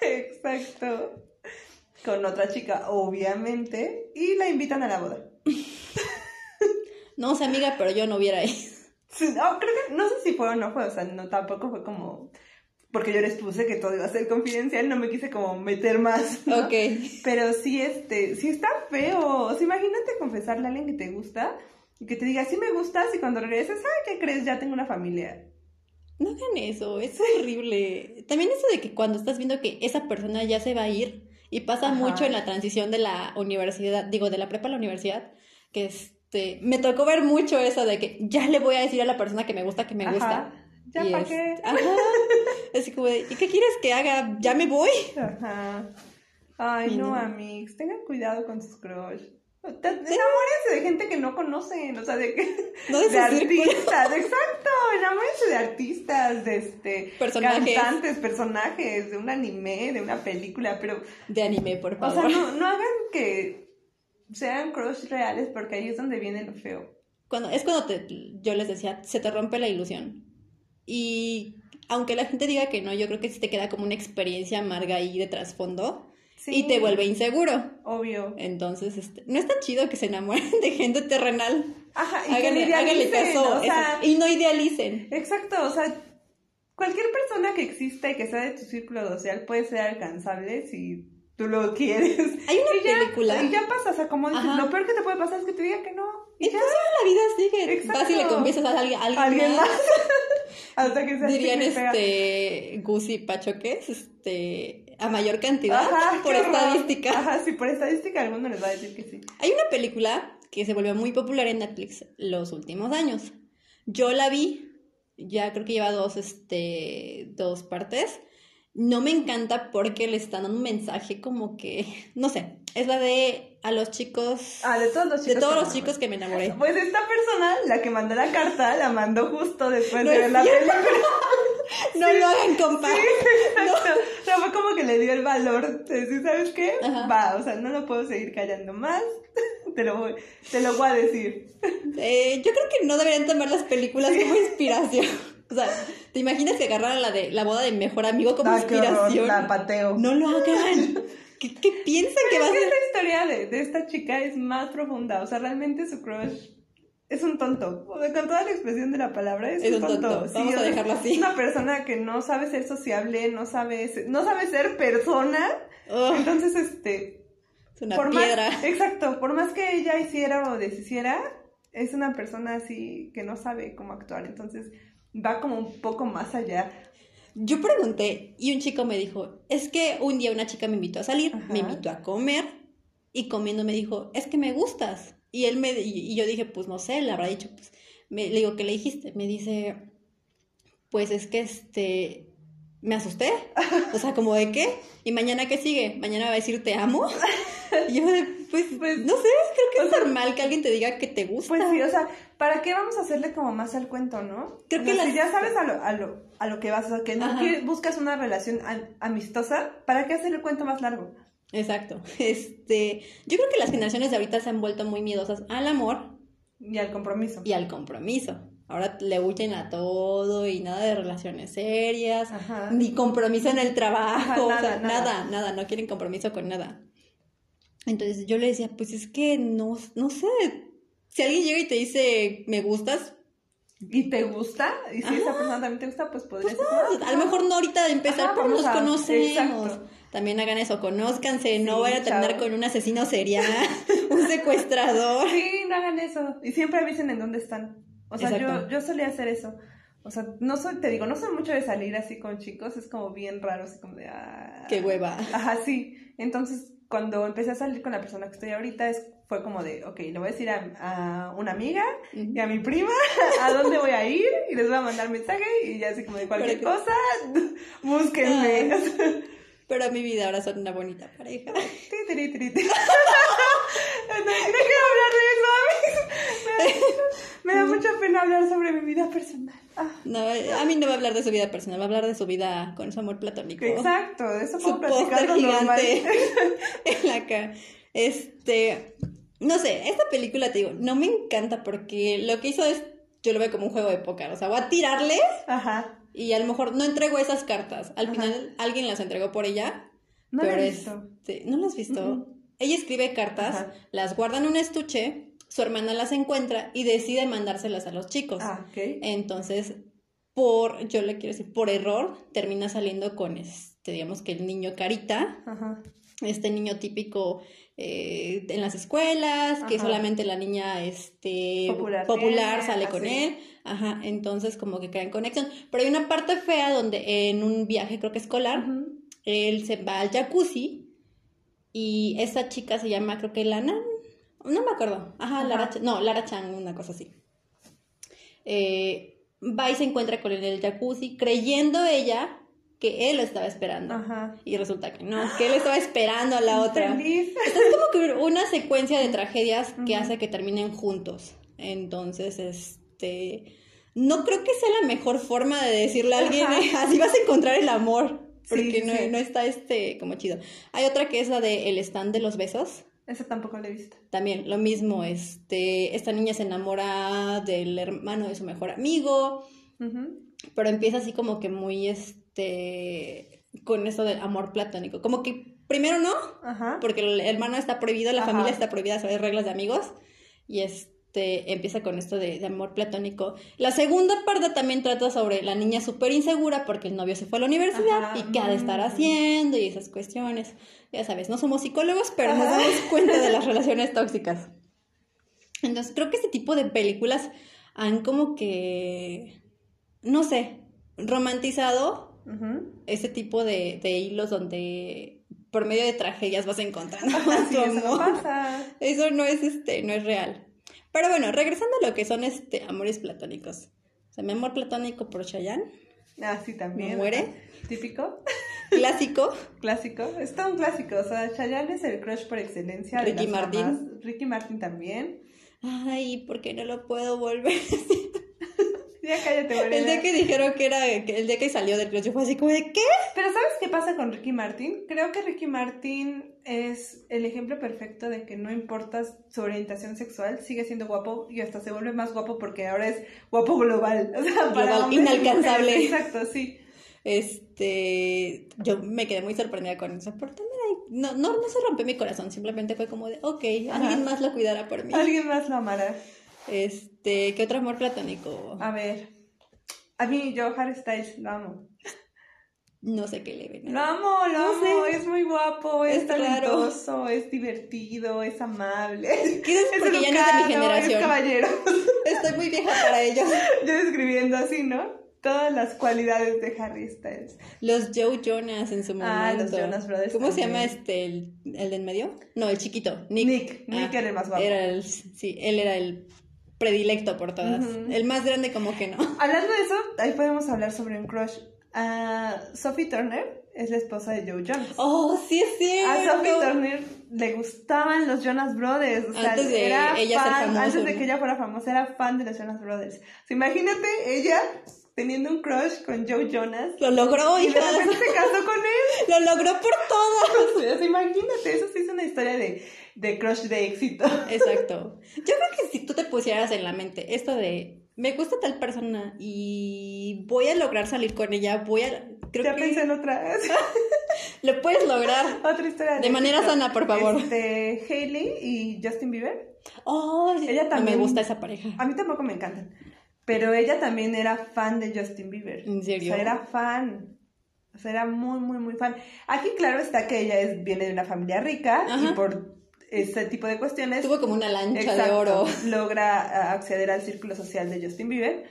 Exacto. Con otra chica, obviamente. Y la invitan a la boda. No sé, amiga, pero yo no hubiera ido. Sí, No, creo que, no sé si fue o no fue, o sea, no, tampoco fue como... porque yo les puse que todo iba a ser confidencial, no me quise como meter más. ¿no? Ok. Pero sí, este, sí está feo. O sea, imagínate confesarle a alguien que te gusta y que te diga, sí me gustas, y cuando regreses, ay, ¿qué crees? Ya tengo una familia. No hagan eso, es horrible. También eso de que cuando estás viendo que esa persona ya se va a ir, y pasa Ajá. mucho en la transición de la universidad, digo, de la prepa a la universidad, que este, me tocó ver mucho eso de que ya le voy a decir a la persona que me gusta que me gusta. Ajá. Ya Y para es- qué. Ajá. Así como de, ¿y qué quieres que haga? ¿Ya me voy? Ajá. Ay, Y no, no. amigos, tengan cuidado con sus crush. Te- Enamórense de gente que no conocen, o sea, de, que- No de de su círculo. artistas, exacto, enamórense de artistas, de este, Personajes. cantantes, personajes, de un anime, de una película, pero, De anime, por o sea, favor. no, no hagan que sean crush reales porque ahí es donde viene lo feo. Cuando, es cuando te- yo les decía, se te rompe la ilusión. Y aunque la gente diga que no, yo creo que sí te queda como una experiencia amarga ahí de trasfondo Sí, y te vuelve inseguro. Obvio. Entonces, este, no está chido que se enamoren de gente terrenal. Ajá, y que Háganle, lo háganle idealicen, caso. o sea, eso. y no idealicen. Exacto, o sea, cualquier persona que exista y que sea de tu círculo social puede ser alcanzable si tú lo quieres. Hay una Y ya- película. Y ya pasa, o sea, como dices, Ajá. lo peor que te puede pasar es que te digan que no. Y ya, Entonces la vida sigue. Exacto. Vas y le confiesas a alguien, a alguien alguien más. más. Hasta que sea Dirían este Guzzi Pachoques, este, a mayor cantidad Ajá, "Ah, por qué horror. estadística. Ajá, sí, por estadística alguno les va a decir que sí. Hay una película que se volvió muy popular en Netflix los últimos años. Yo la vi, ya creo que lleva dos, este, dos partes. No me encanta porque le están dando un mensaje como que, no sé, es la de a los chicos, Ah, de todos los chicos. de todos que los me chicos que me enamoré. enamoran. Pues esta persona, la que mandó la carta, la mandó justo después No de es ver la cierto. película. No lo hagan, compa. Exacto. O sea, fue como que le dio el valor de decir, ¿sabes qué? Ajá. Va, o sea, no lo puedo seguir callando más. Te lo voy, te lo voy a decir. Eh, yo creo que no deberían tomar las películas como inspiración. O sea, ¿te imaginas que agarraran la de la boda de mejor amigo como Ah, qué horror, inspiración? la pateo. No lo hagan. ¿Qué, qué piensan que Pero va es a que ser? esta historia de, de esta chica es más profunda. O sea, realmente su crush es un tonto. O sea, con toda la expresión de la palabra, es, un tonto. Sí, Vamos o a sea, dejarlo así. Es una persona que no sabe ser sociable, no sabe ser, no sabe ser persona. Ugh, Entonces, este, es una por piedra. Más, exacto, por más que ella hiciera o deshiciera, es una persona así que no sabe cómo actuar, entonces va como un poco más allá. Yo pregunté y un chico me dijo, es que un día una chica me invitó a salir, Ajá. me invitó a comer y comiendo me dijo, es que me gustas. Y él me y y yo dije, pues no sé, le habrá dicho, pues me, le digo, ¿qué le dijiste? Me dice, pues es que este, me asusté. O sea, como de qué? ¿Y mañana qué sigue? ¿Mañana va a decir te amo? Y yo, de, pues, Pues, no sé, creo que es normal que alguien te diga que te gusta. Pues sí, o sea, ¿para qué vamos a hacerle como más al cuento, no? Creo O que sea, las- si ya sabes a lo, a lo, a lo que vas, o sea, que no Ajá. quieres- buscas una relación am- amistosa, ¿para qué hacer el cuento más largo? Exacto. Este, yo creo que las generaciones de ahorita se han vuelto muy miedosas al amor Y al compromiso. y al compromiso. Ahora le huyen a todo y nada de relaciones serias, Ajá. ni compromiso en el trabajo, Ajá, o nada, sea, nada. nada, nada, no quieren compromiso con nada. Entonces yo le decía, pues es que no, no sé, si alguien llega y te dice, me gustas, Y te gusta, y si esa persona también te gusta, pues podrías decir, "Ah, a lo mejor no ahorita de empezar, Ajá, pero vamos nos a- conocemos. exacto. También hagan eso, conózcanse, Sí, no vayan a terminar chao. con un asesino serial, un secuestrador. Sí, no hagan eso. Y siempre avisen en dónde están. O sea, yo, Exacto. yo solía hacer eso. O sea, no soy, te digo, no soy mucho de salir así con chicos, es como bien raro, así como de... ah. Qué hueva. Ajá, sí. Entonces, cuando empecé a salir con la persona que estoy ahorita, es, fue como de, ok, le voy a decir a, a una amiga y a mi prima a dónde voy a ir y les voy a mandar mensaje y ya así como de cualquier Para cosa, búsquenme. Ah. Pero mi vida ahora son una bonita pareja. Ti, tiri, tiri, tiri. No, no quiero hablar de eso, amigos. Me da, me da mucha pena hablar sobre mi vida personal. Ah, No, a mí no va a hablar de su vida personal, va a hablar de su vida con su amor platónico. exacto, de eso puedo Su póster platicarlo normal. gigante en la cara. Este, no sé, esta película te digo, no me encanta porque lo que hizo es, yo lo veo como un juego de póker, o sea, voy a tirarle Ajá. y a lo mejor no entrego esas cartas. Al Ajá. final alguien las entregó por ella, No lo pero he es- visto. te- ¿No las has visto? Ujú. Ella escribe cartas, Ajá. las guarda en un estuche, su hermana las encuentra y decide mandárselas a los chicos. Ah, ok. Entonces, por, yo le quiero decir, por error, termina saliendo con este, digamos que el niño carita, Ajá. este niño típico eh, en las escuelas, que Ajá. solamente la niña este, Popular Eh, ah, tiene, sale con así. él, ajá, entonces como que crean conexión. Pero hay una parte fea donde en un viaje, creo que escolar, Ujú. él se va al jacuzzi y esta chica se llama, creo que Lana, no me acuerdo, ajá, Ajá. Lara, Ch- no, Lara Chang, una cosa así. Eh, va y se encuentra con él en el jacuzzi creyendo ella que él lo estaba esperando. Ajá. Y resulta que no, que él estaba esperando a la otra. Feliz. Como que una secuencia de tragedias que Ujú. hace que terminen juntos. Entonces, este... No creo que sea la mejor forma de decirle a alguien, Ajá. "Eh, así vas a encontrar el amor, porque Sí, no, sí. no está este como chido. Hay otra que es la de El stand de los besos. Esa tampoco la he visto. También lo mismo, este, esta niña se enamora del hermano de su mejor amigo, Ujú. pero empieza así como que muy este con eso del amor platónico. Como que primero no, Ajá. porque el hermano está prohibido, la Ajá. familia está prohibida, saber reglas de amigos. Y este empieza con esto de, de amor platónico. La segunda parte también trata sobre la niña súper insegura porque el novio se fue a la universidad Ajá, y qué ha de estar mm. haciendo y esas cuestiones. Ya sabes, no somos psicólogos, pero nos Ajá. damos cuenta de las relaciones tóxicas. Entonces creo que este tipo de películas han como que, no sé, romantizado Ujú. este tipo de, de hilos donde por medio de tragedias vas encontrando Así tu eso no amor. pasa. Eso no es este, no es real. Pero bueno, regresando a lo que son este amores platónicos. O sea, mi amor platónico por Chayanne, Así Ah, también. ¿Me muere? ajá. Típico. clásico. Clásico. Es todo un clásico. O sea, Chayanne es el crush por excelencia. de Ricky las Martin. mamás. Ricky Martin también. Ay, porque no lo puedo volver. Ya cállate, El Mariana. día que dijeron que era que el día que salió del club, yo fue así como de ¿qué? Pero ¿sabes qué pasa con Ricky Martin? Creo que Ricky Martin es el ejemplo perfecto de que no importa su orientación sexual, sigue siendo guapo y hasta se vuelve más guapo porque ahora es guapo global. O sea, para Global, hombres y mujeres. inalcanzable. Exacto, sí. Este, yo me quedé muy sorprendida con eso, pero también ahí- no, no, no se rompió mi corazón, simplemente fue como de, ok, Ajá. alguien más lo cuidará por mí. Alguien más lo amará. Este, ¿qué otro amor platónico? A ver. A mí, yo Harry Styles, lo amo. No sé qué le ven. Lo amo, lo No amo. sé. Es muy guapo, es, Es raro. talentoso, es divertido, es amable. Quizás Es porque ya no es de mi educado, generación. Es caballero. Estoy muy vieja para ellos. Yo describiendo así, ¿no? Todas las cualidades de Harry Styles. Los Joe Jonas en su momento. Ah, los Jonas Brothers ¿Cómo se también. llama este, el, el de en medio? No, el chiquito, Nick. Nick, Nick, Ah, era el más guapo. era el- sí, él era el predilecto por todas. Ujú. El más grande como que no. Hablando de eso, ahí podemos hablar sobre un crush. Ah, Sophie Turner es la esposa de Joe Jonas. Oh, sí es A cierto. Sophie Turner le gustaban los Jonas Brothers. O sea, Antes de era ella ser fan- famosa, Antes de ¿no? que ella fuera famosa, era fan de los Jonas Brothers. O sea, imagínate ella teniendo un crush con Joe Jonas. Lo logró, Y de hija. repente se casó con él. Lo logró por todas. O sea, imagínate, eso sí es una historia de, de crush de éxito. Exacto. Yo creo que si tú te pusieras en la mente esto de me gusta tal persona y voy a lograr salir con ella, voy a creo ya que pensé en otra. lo puedes lograr. Otra historia. De manera éxito. sana, por favor. Este, Hailey y Justin Bieber. Oh, Ella no también- me gusta esa pareja. A mí tampoco me encantan. Pero ella también era fan de Justin Bieber. ¿En serio? O sea, era fan. O sea, era muy, muy, muy fan. Aquí, claro, está que ella es, viene de una familia rica Ajá. y por ese tipo de cuestiones. Tuvo como una lancha de Exacto, oro. Logra a- acceder al círculo social de Justin Bieber.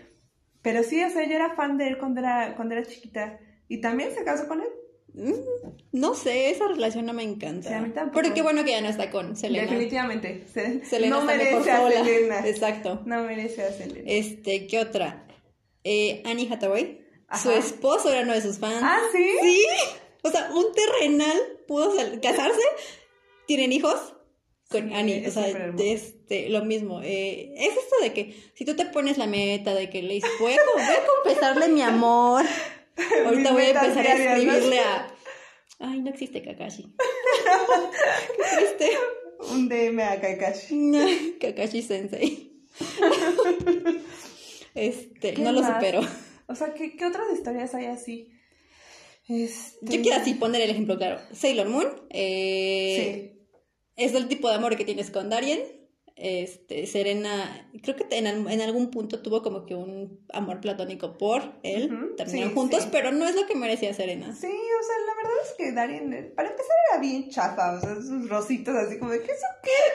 Pero sí, o sea, ella era fan de él cuando era, cuando era chiquita. Y también se casó con él. Mm, No sé, esa relación no me encanta. Sí, a mí tampoco. Pero qué bueno que ya no está con Selena. Definitivamente. Se- Selena no está merece mejor a sola. Selena. Exacto. No merece a Selena. Este, ¿qué otra? Eh, Annie Hathaway. Ajá. Su esposo era uno de sus fans. ¿Ah, sí? Sí. O sea, un terrenal pudo sal- casarse. Tienen hijos con Sí, Annie. O es sea, superhermoso. este, lo mismo. Eh, es esto de que si tú te pones la meta de que le dices, voy a, voy a confesarle mi amor. Mis Ahorita voy a metas empezar a diarias, ¿no? escribirle a. Ay, no existe Kakashi. Qué triste. Un DM a Kakashi. Kakashi Sensei. Este, ¿Qué no lo más? supero. O sea, ¿qué, qué otras historias hay así? Este... Yo quiero así poner el ejemplo claro. Sailor Moon eh, Sí. es el tipo de amor que tienes con Darien. este, Serena, creo que en, al- en algún punto tuvo como que un amor platónico por él, Ujú, terminaron sí, juntos, sí. pero no es lo que merecía Serena. Sí, o sea, la verdad es que Darien, eh, para empezar, era bien chafa, o sea, sus rositos así como de, ¿qué es eso?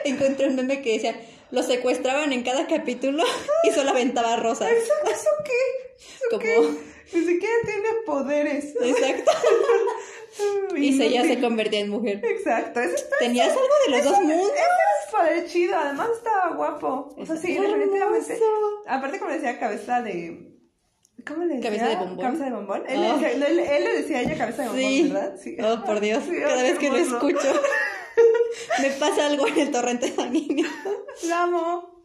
Encontré un meme que decía, lo secuestraban en cada capítulo y solo aventaba rosas. ¿Eso, eso qué? ¿Eso Como- qué? Ni siquiera tiene poderes. Exacto. Y se, ya se Inútil. convertía en mujer. Exacto, eso está... Tenías algo de los dos mundos. Ese es padre chido, además estaba guapo. O sea, sí, Está definitivamente. hermoso. Aparte, como le decía, cabeza de. ¿Cómo le decía? Cabeza de bombón. Cabeza de bombón. Él, Oh. le, decía, él- él le decía a ella cabeza de bombón, Sí. ¿verdad? Oh, por Dios. Sí, Cada qué vez que lo hermoso. escucho, me pasa algo en el torrente sanguíneo. La amo.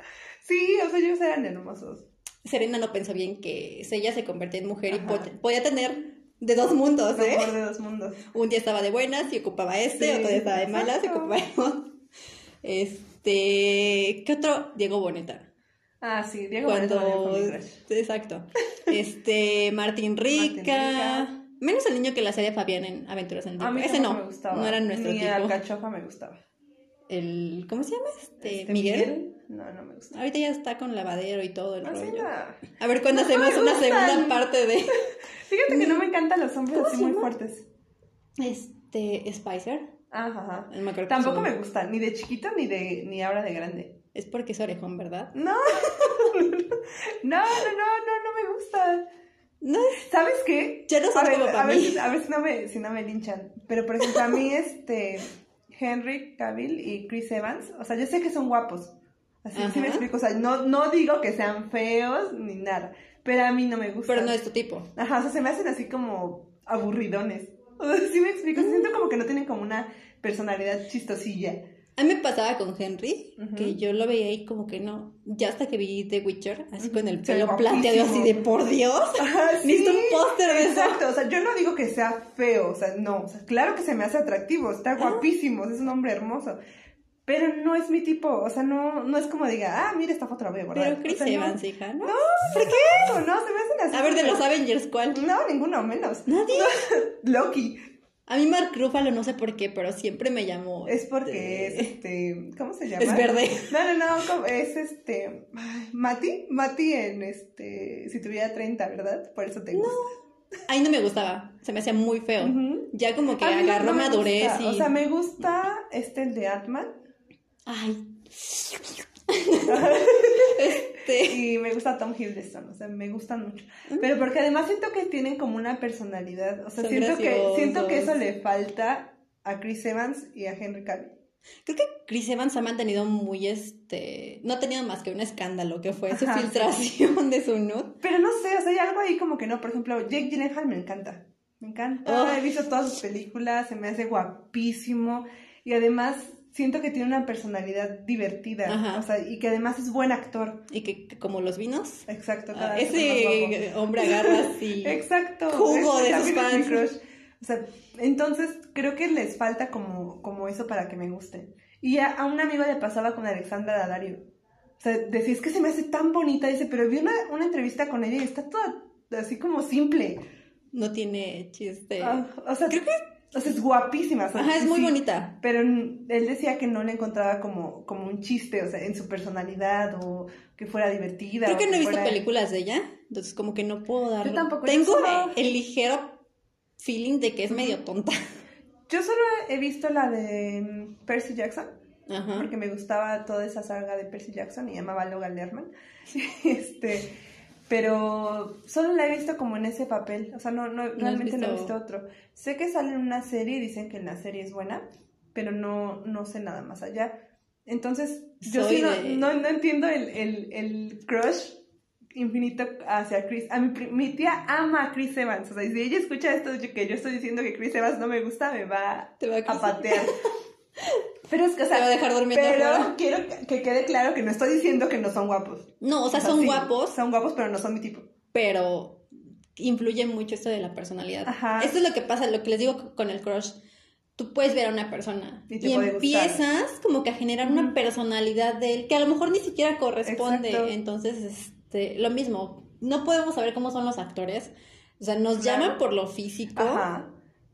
Sí, o sea, ellos eran hermosos. Serena no pensó bien que ella se convertía en mujer Ajá. y pod- podía tener de dos mundos, Lo ¿eh? mejor de dos mundos. Un día estaba de buenas y ocupaba este, Sí, otro día estaba de malas y exacto. ocupaba el otro. Este. ¿Qué otro? Diego Boneta. Ah, sí, Diego Boneta Cuando. murió con mi crush. Exacto. Este. Martín Rica. Rica. Menos el niño que la hacía de Fabián en Aventuras en el A Tiempo. mí Ese tampoco no. me gustaba. No era nuestro Ni tipo. la alcachofa me gustaba. el ¿cómo se llama este? Este, Miguel? No, no me gustaba. Ahorita ya está con lavadero y todo el No, Ah, sí, rollo. nada. A ver cuándo No hacemos me una gustan. segunda parte de Fíjate que no me encantan los hombres ¿Cómo así se muy llama? fuertes. este Spicer. Ajá, ajá. No me acuerdo Tampoco cómo se me llama. gusta, ni de chiquito ni de ni ahora de grande. Es porque es orejón, ¿verdad? No, no, no, no, no, no me gusta. No, ¿Sabes qué? ya no A son ver, como a para ver, mí. si- a ver si no me, si no me linchan. Pero por ejemplo, a mí este Henry Cavill y Chris Evans, o sea, yo sé que son guapos. Así sí Ajá. me explico, o sea, no, no digo que sean feos ni nada, pero a mí no me gusta. Pero no es tu tipo. Ajá, o sea, se me hacen así como aburridones. O sea, sí me explico, siento como que no tienen como una personalidad chistosilla. A mí me pasaba con Henry, Ujú. que yo lo veía y como que no. Ya hasta que vi The Witcher, así Ujú. con el Se ve pelo plateado, así guapísimo. de por Dios. Ajá, Necesito sí, un póster de eso. Exacto, o sea, yo no digo que sea feo, o sea, no, o sea, claro que se me hace atractivo, está guapísimo, es un hombre hermoso, pero no es mi tipo, o sea, no, no es como diga, ah, mira esta foto la voy a guardar. Pero Chris O sea, no. Evans, hija, ¿no? No, ¿por qué eso? No, se me hacen así. A ver, de los súper- Avengers, ¿cuál? No, ninguno, menos. Nadie. Loki, A mí Mark Ruffalo no sé por qué, pero siempre me llamó. es porque es, este, este, ¿cómo se llama? es verde. No, no, no, ¿cómo? es este, ay, Mati, Mati en este, si tuviera 30, ¿verdad? Por eso te gusta. Ahí no me gustaba, se me hacía muy feo. Ujú. Ya como que A mí no agarró me madurez gusta, y. O sea, me gusta este, el de Atman. Ay. este. Y me gusta Tom Hiddleston, o sea, me gustan mucho. Pero porque además siento que tienen como una personalidad, o sea, Mm. Son siento que, graciosos. siento que eso le falta a Chris Evans y a Henry Cavill. Creo que Chris Evans ha mantenido muy este. No ha tenido más que un escándalo que fue su Ajá, sí. filtración de su nude. Pero no sé, o sea, hay algo ahí como que no. Por ejemplo, Jake Gyllenhaal me encanta. Me encanta. Oh. He visto todas sus películas, se me hace guapísimo. Y además siento que tiene una personalidad divertida. Ajá. O sea, y que además es buen actor. Y que, que como los vinos. Exacto. cada ah, vez es más guapo. ese hombre agarra así. Exacto. Jugo ese de también sus es mi fans. crush. O sea, entonces creo que les falta como, como eso para que me gusten. Y a, a un amigo le pasaba con Alexandra Daddario. O sea, decía, es que se me hace tan bonita. Dice, pero vi una, una entrevista con ella y está toda así como simple. No tiene chiste. Ah, o sea, Creo o sea, es guapísima. o sea, Ajá, es sí, muy sí. bonita. Pero n- él decía que no le encontraba como, como un chiste, o sea, en su personalidad o que fuera divertida. Creo o que no he visto fuera- películas de ella, entonces como que no puedo darle. tampoco, yo Tengo solo- el ligero feeling de que es medio tonta. Yo solo he visto la de mm, Percy Jackson. Ajá. porque me gustaba toda esa saga de Percy Jackson y llamaba Logan Lerman. este, pero solo la he visto como en ese papel, o sea, no, no, realmente no he visto visto- otro. Sé que sale en una serie y dicen que la serie es buena, pero no, no sé nada más allá. Entonces, yo Soy sí no, de- no, no entiendo el, el, el crush infinito hacia Chris. A mi, pri- mi tía ama a Chris Evans. O sea, si ella escucha esto yo- que yo estoy diciendo que Chris Evans no me gusta, me va Te va a a cruzar. patear. Pero es que, o sea, Te va a dejar durmiendo pero afuera. quiero que- que quede claro que no estoy diciendo que no son guapos. No, o sea, son sí, guapos, Son guapos, pero no son mi tipo. pero influye mucho esto de la personalidad. Ajá. Esto es lo que pasa, lo que les digo con el crush. Tú puedes ver a una persona Y te y puede gustar. empiezas como que a generar una Ujú. personalidad de él que a lo mejor ni siquiera corresponde. Exacto. Entonces, este, lo mismo, no podemos saber cómo son los actores. O sea, nos Claro. llaman por lo físico, Ajá.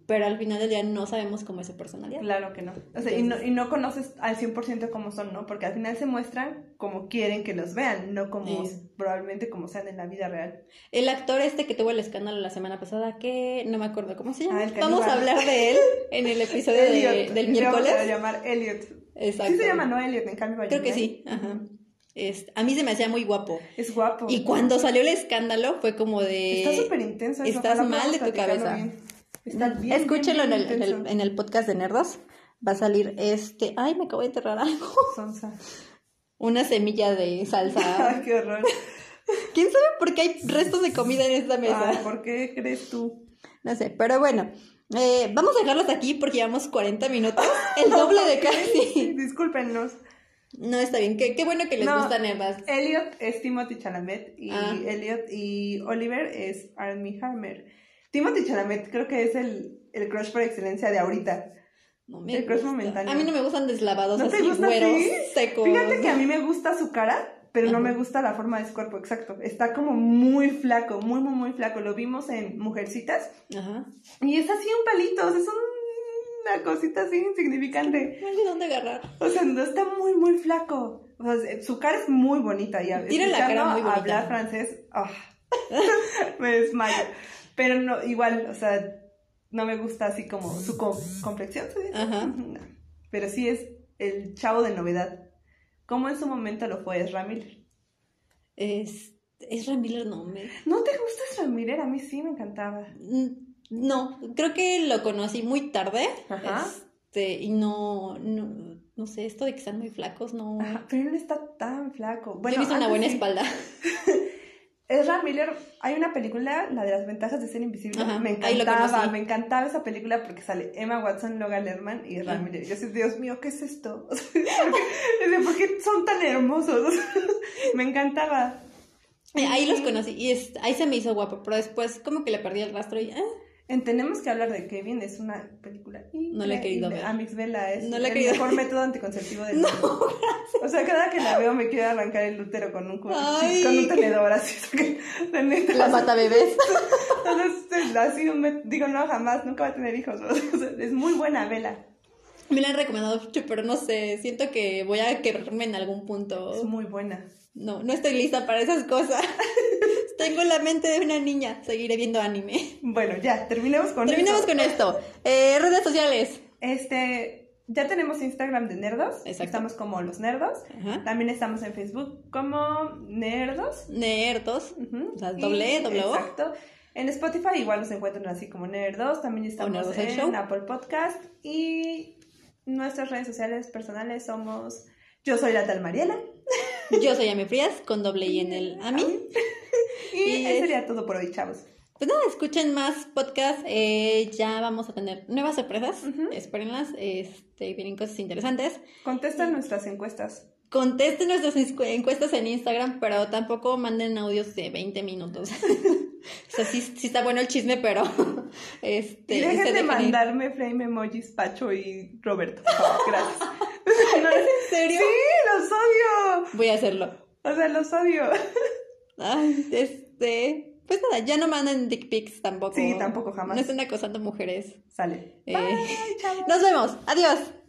pero al final del día no sabemos cómo es su personalidad. Claro que no. O sea, y no, y no conoces al 100% cómo son, ¿no? Porque al final se muestran como quieren que los vean, no como Sí. probablemente como sean en la vida real. El actor este que tuvo el escándalo la semana pasada, que no me acuerdo cómo se llama. Ah, el caníbal. Vamos a hablar de él en el episodio de- Elliot. del Le vamos miércoles. a llamar Elliot. Exacto. Sí se llama, ¿no? Elliot, en cambio. Creo que Valentine. sí. Ajá. Es- a mí se me hacía muy guapo. Es guapo. Y cuando salió el escándalo fue como de... Oh, Está súper intenso. eso, estás ojalá mal podamos de tu platicarlo cabeza. bien. Está bien, bien, Escúchelo en bien el, en, el, intenso. en el podcast de Nerdos. Va a salir este... Ay, me acabo de enterrar algo. Sonsa. Una semilla de salsa. Ay, qué horror. ¿Quién sabe por qué hay restos de comida en esta mesa? Ay, ¿Por qué crees tú? No sé, pero bueno. eh, vamos a dejarlos aquí porque llevamos 40 minutos. El doble de casi. Discúlpenos. No, está bien. Qué, qué bueno que les No. gusta Nerdas. Elliot es Timothy Chalamet y Ah. Elliot y Oliver es Armie Hammer. Timothy Chalamet creo que es el, el crush por excelencia de ahorita. No me El crush gusta. momentáneo. A mí no me gustan deslavados ¿No te así, gusta güeros, así? secos. Fíjate que a mí me gusta su cara, pero no Ajá. me gusta la forma de su cuerpo, exacto. Está como muy flaco, muy, muy, muy flaco. Lo vimos en Mujercitas Ajá. y es así un palito, o sea, es un- una cosita así insignificante. No hay de dónde agarrar. O sea, no está muy, muy flaco. O sea, eh, su cara es muy bonita. Y a- Tiene la cara escuchando muy bonita. hablar francés, ah, me desmayo. Pero no, igual, o sea, no me gusta así como su com- complexión. ¿se dice? Ajá. No. Pero sí es el chavo de novedad. Como en su momento lo fue Ezra Miller. Es, es Ramírez, no me... ¿No te gusta Ezra Miller? A mí sí me encantaba. Mm, No, creo que lo conocí muy tarde. Ajá. Este, y no, no, no sé, esto de que están muy flacos, no. Ajá, pero él no está tan flaco. Yo Bueno, he visto una antes buena sí. espalda. Ezra Miller, hay una película, la de las ventajas de ser invisible, Ajá, me ahí lo encantaba, conocí. me encantaba esa película porque sale Emma Watson, Logan Lerman y Ezra Ajá. Miller. Yo decía, Dios mío, ¿qué es esto? O sea, ¿Por qué, por qué son tan hermosos? me encantaba. Eh, Ahí los conocí y es- ahí se me hizo guapo, pero después como que le perdí el rastro y ah, En Tenemos que hablar de Kevin, es una película No la he querido increíble. ver. Amix Vela es No la he el querido mejor método anticonceptivo del mundo. O sea, cada que la veo me quiero arrancar el útero con un, cu- Ay. con un tenedor así. La neta, la mata bebés. Entonces, este así me digo, no, jamás, nunca va a tener hijos. O sea, es muy buena vela. Me la han recomendado mucho, pero no sé, siento que voy a quebrarme en algún Es punto. muy buena. No, no estoy lista para esas cosas. Tengo la mente de una niña, seguiré viendo anime. Bueno, ya, terminemos con Terminamos esto. con esto. Eh, redes sociales. Este, ya tenemos Instagram de Nerdos. Exacto. Estamos como los Nerdos. Ajá. También estamos en Facebook como Nerdos. Nerdos. Ujú. O sea, Y- doble E, doble O. Exacto. En Spotify igual nos encuentran así como Nerdos. También estamos Nerdos el en Show. Apple Podcast. Y nuestras redes sociales personales somos... Yo soy la tal Mariela. Yo soy Ame Frías, con doble I en el AMI. Y, Y eso es- sería todo por hoy, chavos. Pues nada, escuchen más podcasts. eh, ya vamos a tener nuevas sorpresas. Ujú. Espérenlas. Este, vienen cosas interesantes. Contestan nuestras encuestas. Contesten nuestras encu- encuestas en Instagram, pero tampoco manden audios de 20 minutos. o sea, sí, sí está bueno el chisme, pero este, y dejen se de dejen ir. mandarme frame emojis, Pacho y Roberto. por favor, Gracias. No, ¿En serio? sí, los odio. Voy a hacerlo. O sea, los odio. Ay, este, pues nada, ya no manden dick pics tampoco. Sí, tampoco jamás. No estén acosando mujeres. Sale. Eh, Bye, chavos. nos vemos. Adiós.